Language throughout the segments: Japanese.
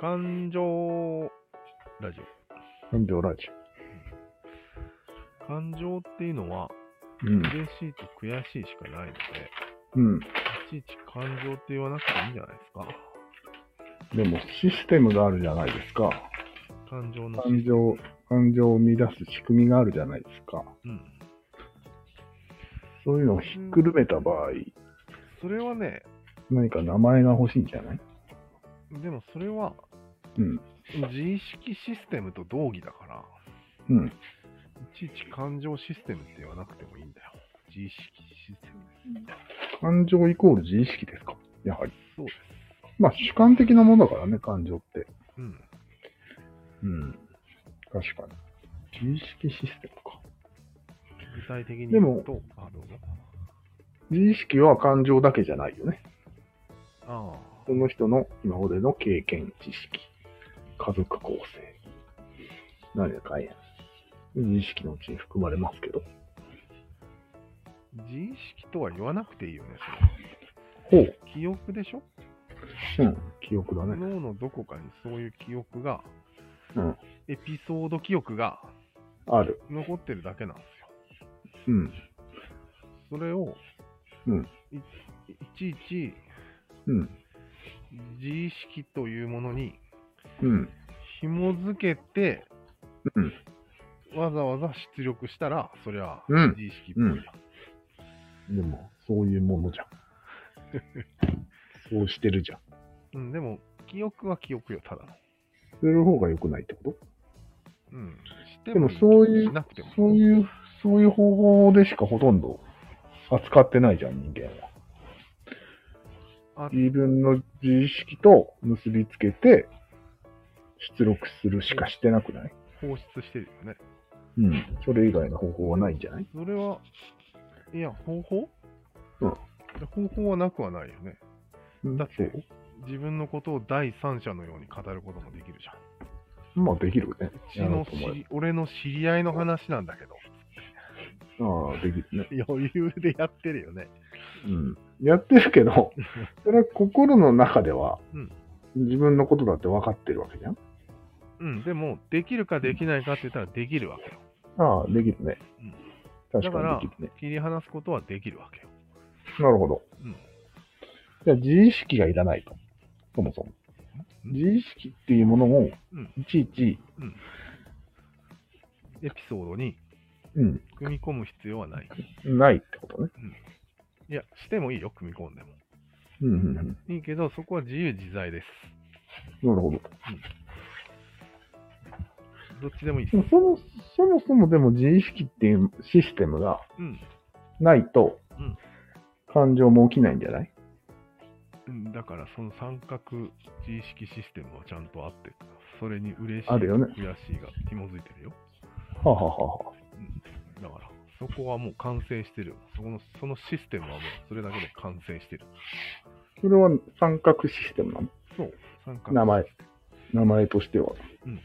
感情ラジ感情ラジオ。感情っていうのは、オ。う嬉ん。しいと悔しいしかないので、うん。いちいち感情って言わなくていいんじゃないですか。でも、システムがあるじゃないですか。感情の。感情、感情を生み出す仕組みがあるじゃないですか。うん。そういうのをひっくるめた場合、それはね、何か名前が欲しいんじゃないでもそれは、うん。自意識システムと同義だから、うん。いちいち感情システムって言わなくてもいいんだよ。自意識システムで感情イコール自意識ですかやはり。す。そうです。まあ、主観的なものだからね、感情って。うん。うん。確かに。自意識システムか。具体的にで言もうと、あ、どうぞ。自意識は感情だけじゃないよね。ああそ、の人の今までの経験、知識、家族構成。何やかんや。自意識のうちに含まれますけど。自意識とは言わなくていいよね。ほう。それ記憶でしょうん。記憶だね。脳のどこかにそういう記憶が、うんエピソード記憶がある。残ってるだけなんですよ。うん。それを、うんいいちいちうん。自意識というものにうん。紐づけて、うんわざわざ出力したら、そりゃうん自意識っぽいやん、でも、そういうものじゃん。そうしてるじゃん。うんでも、記憶は記憶よ、ただの。する方が良くないってことうん。してでもいいそういうしなくてもいいそういう、そういう方法でしかほとんど扱ってないじゃん、人間は。あ自分の自意識と結びつけて、出力するしかしてなくない放出してるよね。うん。それ以外の方法はないんじゃないそれは、いや、方法うん方法はなくはないよね。だってそう自分のことを第三者のように語ることもできるじゃん。まあ、できるね。うちの知り俺の知り合いの話なんだけど、ああ、できるね。余裕でやってるよね。うん。やってるけど、それは心の中ではうん、自分のことだって分かってるわけじゃんうん、でも、できるかできないかって言ったらできるわけよ。ああ、できるねうん。確だかからにできるね。、切り離すことはできるわけよ。なるほど。うんじゃあ、自意識がいらないと。そもそも。ん自意識っていうものをうん、いちいち、エピソードにうん、組み込む必要はない。ないってことね。いや、してもいいよ、組み込んでも。うん、うん、うん。いいけど、そこは自由自在です。なるほど。どっちでもいいですで。もそもそもそもでも自意識っていうシステムがうんないとうん、感情も起きないんじゃないうん。だから、その三角自意識システムはちゃんとあって、それに嬉しい、あるよね悔しいが紐づいてるよ。はあはあはあはあだから、そこはもう完成してるよ。そこの、そのシステムはもう、それだけで完成してる。それは三角システムなのそう。三角。名前。名前としては。うん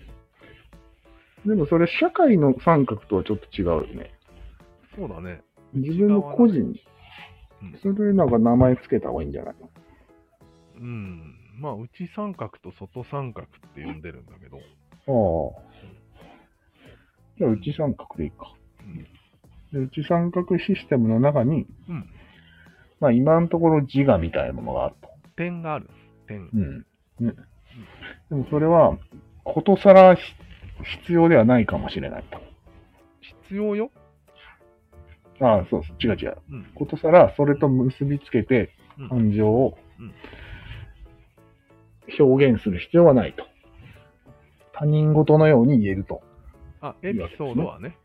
でもそれ社会の三角とはちょっと違うよね。そうだね。自分の個人、うんそれなんか名前つけた方がいいんじゃないのうん。まあ、内三角と外三角って呼んでるんだけど、ああ。じゃあ、内三角でいいか。うんで内三角システムの中に、うんまあ今のところ自我みたいなものがあると。点があるんです。点。うん。ね、でもそれは、ことさらし必要ではないかもしれないと。必要よ。ああ、そうそう、違う違う。うん。ことさらそれと結びつけてうん感情をうん表現する必要はないと。他人事のように言えると。あ、エピソードはね。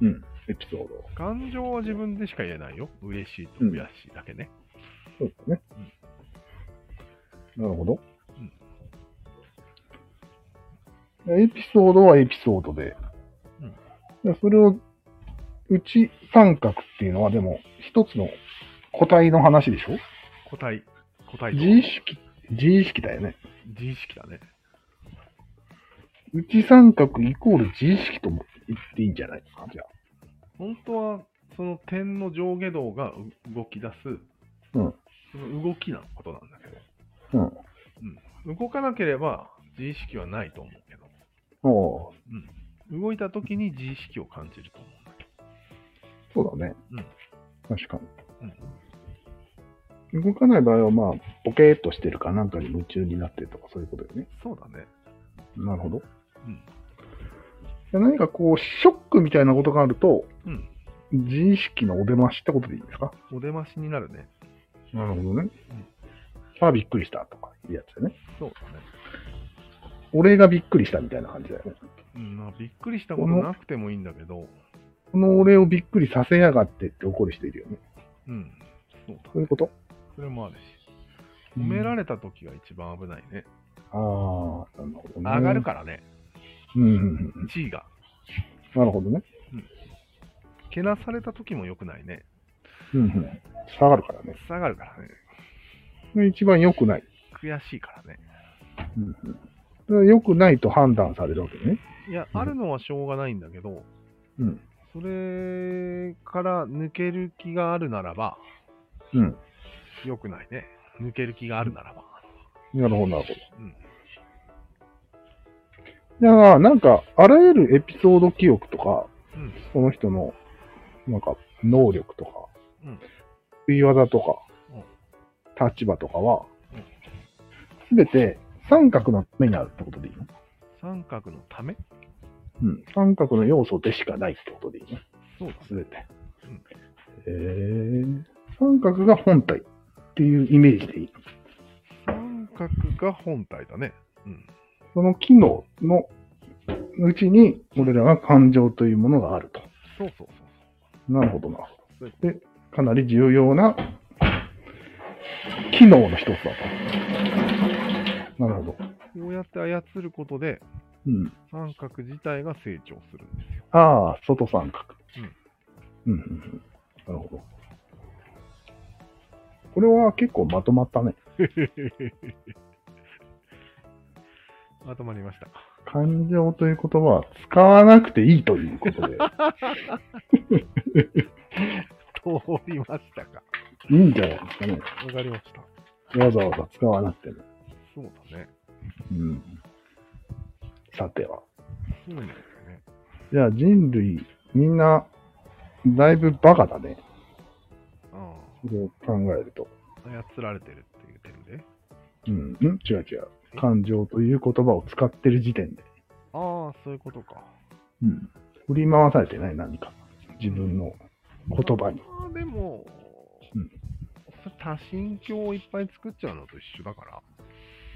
うん。エピソードを。感情は自分でしか言えないよ。嬉しいと悔しいだけね。そうですね。なるほど。エピソードはエピソードで。でそれを、うち三角っていうのはでも、一つの個体の話でしょ個体、個体と自意識、自意識だよね。自意識だね。うち三角イコール自意識とも言っていいんじゃないですかじゃあ。本当は、その点の上下動がう動き出す、うんその動きなことなんだけど、うんうん動かなければ自意識はないと思うけど。おううん。動いた時に自意識を感じると思うんだけそうだね。うん確かに。動かない場合は、まあ、ボケーっとしてるかなんかに夢中になってるとか、そういうことよね。ど。うん。そうだね。なるほど。うん。で何かこう、ショックみたいなことがあると、うん。自意識のお出ましってことでいいんですかお出ましになるね。なるほどね。あ、びっくりしたとかいうやつだよね。そうだね。俺がびっくりしたみたいな感じだよね。うん、まあ、びっくりしたことなくてもいいんだけど、この俺をびっくりさせやがってって怒る人いるよね。うん。そうだそういうことそれもあるし。褒められた時が一番危ないね。ああ、なるほどね。上がるからね、うんうんうん。地位が。なるほどね。けなされた時も良くないね。うんうん。下がるからね。下がるからね。それ一番良くない。悔しいからね。うんうんそれは良くないと判断されるわけね。いや、うんあるのはしょうがないんだけど、うん。それから抜ける気があるならば、うん。良くないね。抜ける気があるならば。なるほど、なるほど。うん。じゃあ、なんか、あらゆるエピソード記憶とか、うん。その人の、なんか、能力とか、うん言い技とか、立場とかはうん、すべて三角の目にあるってことでいいの三角のためうん。三角の要素でしかないってことでいいのそうだすべて。うんへえ三角が本体っていうイメージでいいの三角が本体だね。うん。その機能のうちに、俺らが感情というものがあると。そうそうそうなるほどなるほそうどで。で、かなり重要な機能の一つだと。なるほど。そう。こうやって操ることで、うん。三角自体が成長するんですよ。ああ、外三角。うん。うん、うん。なるほど。これは結構まとまったね。まとまりました。 感情という言葉は使わなくていいということ で、通りましたか。いいんじゃないですかね。わかりました。わざわざ使わなくても。そうだね。うん。さては。そうなんだよね。じゃあ人類、みんな、だいぶバカだね。あそう考えると。あ、操られてるっていう点で。うん、ん違う違う。感情という言葉を使ってる時点で。ああ、そういうことか。うん。振り回されてない、何か。自分の言葉に。まあでも、うんそれ多神教をいっぱい作っちゃうのと一緒だから、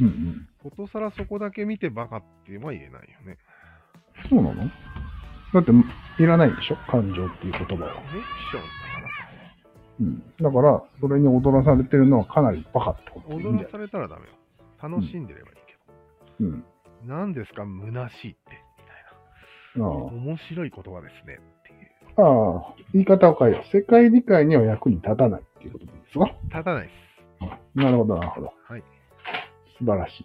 うんうん。ことさらそこだけ見てバカっては言えないよね。そうなのだって、いらないでしょ感情っていう言葉フィは。クションだからうん。だから、それに踊らされてるのはかなりバカってことでいいん踊じらゃないされたらダメよ。楽しんでればいいけど。うん。何ですか、虚しいって。みたいな。面白い言葉ですね。っていう。ああ。ああ。言い方を変えよう。世界理解には役に立たないっていうことでいいですか立たないです。なるほど、なるほど。はい。素晴らしい。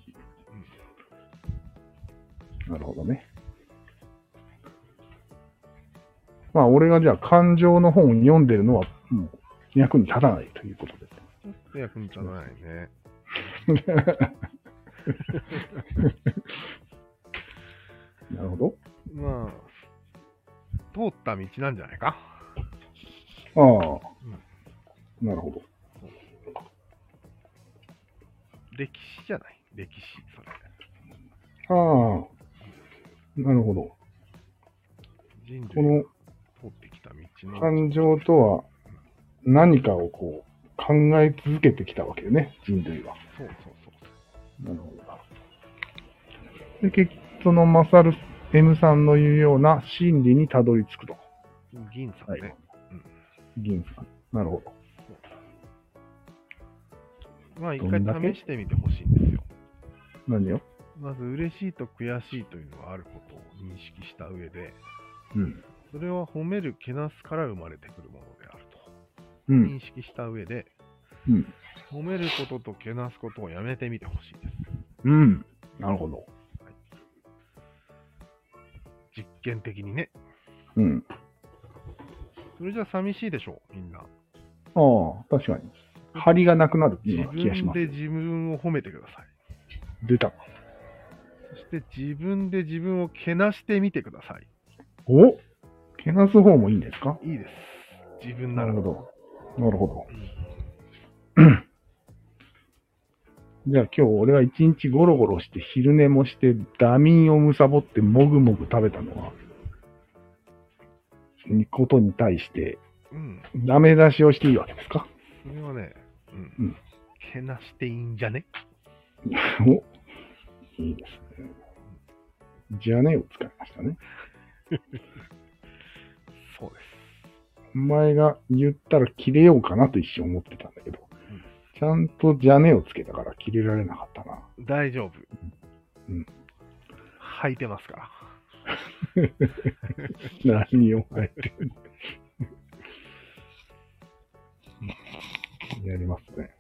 なるほどね。まあ、俺がじゃあ感情の本を読んでるのは、もう役に立たないということでちょっと役に立たないね。す。なるほど。まあ、通った道なんじゃないか。ああ、なるほど。歴史じゃない。歴史、それ。ああ、なるほど。人こ類がの通ってきた道の。感情とは何かをこう考え続けてきたわけよね、人類は。そうそうそうなるほど。で、結そのマサル M さんの言うような心理にたどり着くと。そう。銀さんね。はい銀さん。なるほど。まあ、一どんだけ回試してみてほしいんですよ。何よまず、嬉しいと悔しいというのがあることを認識した上で、うん。それは褒める、けなすから生まれてくるものであるうとん。認識した上で、うん。褒めることとけなすことをやめてみてほしいです。うん。なるほど。実験的にね。うん。それじゃ寂しいでしょう、みんな。ああ、確かに。張りがなくなるよ自うな気がし分ます。で自分を褒めてください。出た。そして自分で自分をけなしてみてくださおけなす方もいいんですかい。いいです。自分なならるほど。なるほど。うんじゃあ今日俺は一日ゴロゴロして昼寝もしてダミンをむさぼってもぐもぐ食べたのは、にことに対してうん。ダメ出しをしていいわけです かそれはね、ううんん。けなしていいんじゃねおいいですね。じゃねを使いましたね。そうでお前が言ったら切れようかなと一瞬思ってたんだけど、ちゃんとじゃねをつけたから切れられなかったな。す。大丈夫。うん。履いてますから。何を入ってるやりますね。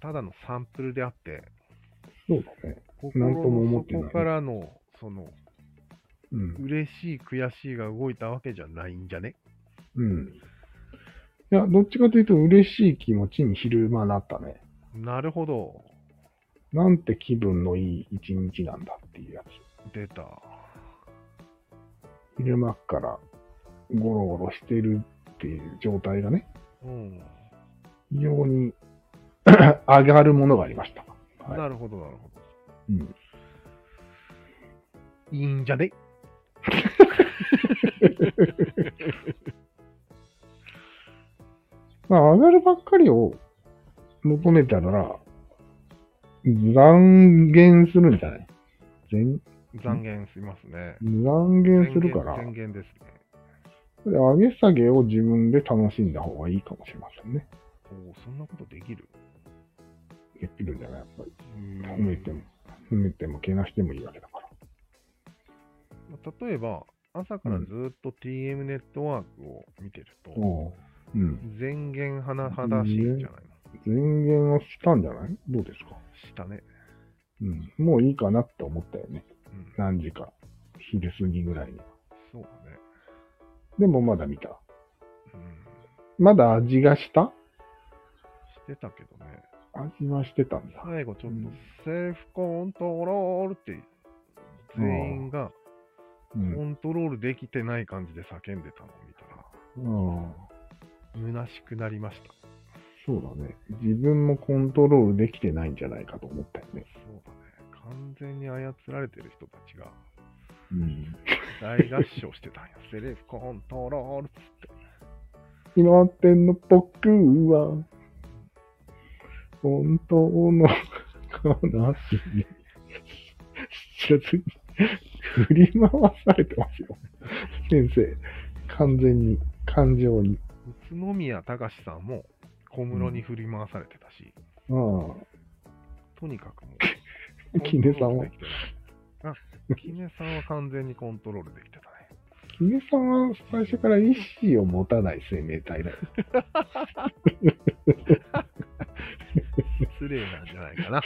ただのサンプルであって、そうだね。心なんとも思のってない底からの、その、うん。嬉しい、悔しいが動いたわけじゃないんじゃねうん。いや、どっちかというと嬉しい気持ちに昼間なったね。なるほど。なんて気分のいい一日なんだっていうやつ。出た。昼間っからゴロゴロしてるっていう状態がね、うん。非常に 上がるものがありました。はいなるほど、なるほど。うん、いいんじゃねまあ、上がるばっかりを求めたら、残減するんじゃない全残言しますね。残減するから、宣言宣言ですね。上げ下げを自分で楽しんだ方がいいかもしれませんね。おお、そんなことできるできるんじゃないやっぱり。褒褒めても、褒めても、けなしてもいいわけだから。例えば、朝からずっと TM ネットワークを見てると、おううん。前言はなはだしいんじゃないの前言をしたんじゃないどうですかしたね。うん。もういいかなって思ったよね。うん。何時か、昼過ぎぐらいに。そうだね。でもまだ見た。うん。まだ味がしたしてたけどね。味はしてたんだ。最後ちょっうんとセルフコントロールって、全員がうんコ。ントロールできてない感じで叫んでたのを見たら、うん虚しくなりました。そうだね。自分もコントロールできてないんじゃないかと思ったよね。そうだね。完全に操られてる人たちがうん。大合唱してたんや。セレフコントロールっつって。今ってんの僕は、本当の悲しみ。知らずに振り回されてますよ。先生、完全に、感情に。宇都宮隆さんも小室に振り回されてたし、ああ、。とにかくもう キネさんはコントロールできてない。あ、キネさんは完全にコントロールできてたね。キネさんは最初から意思を持たない生命体だよ。失礼なんじゃないかな。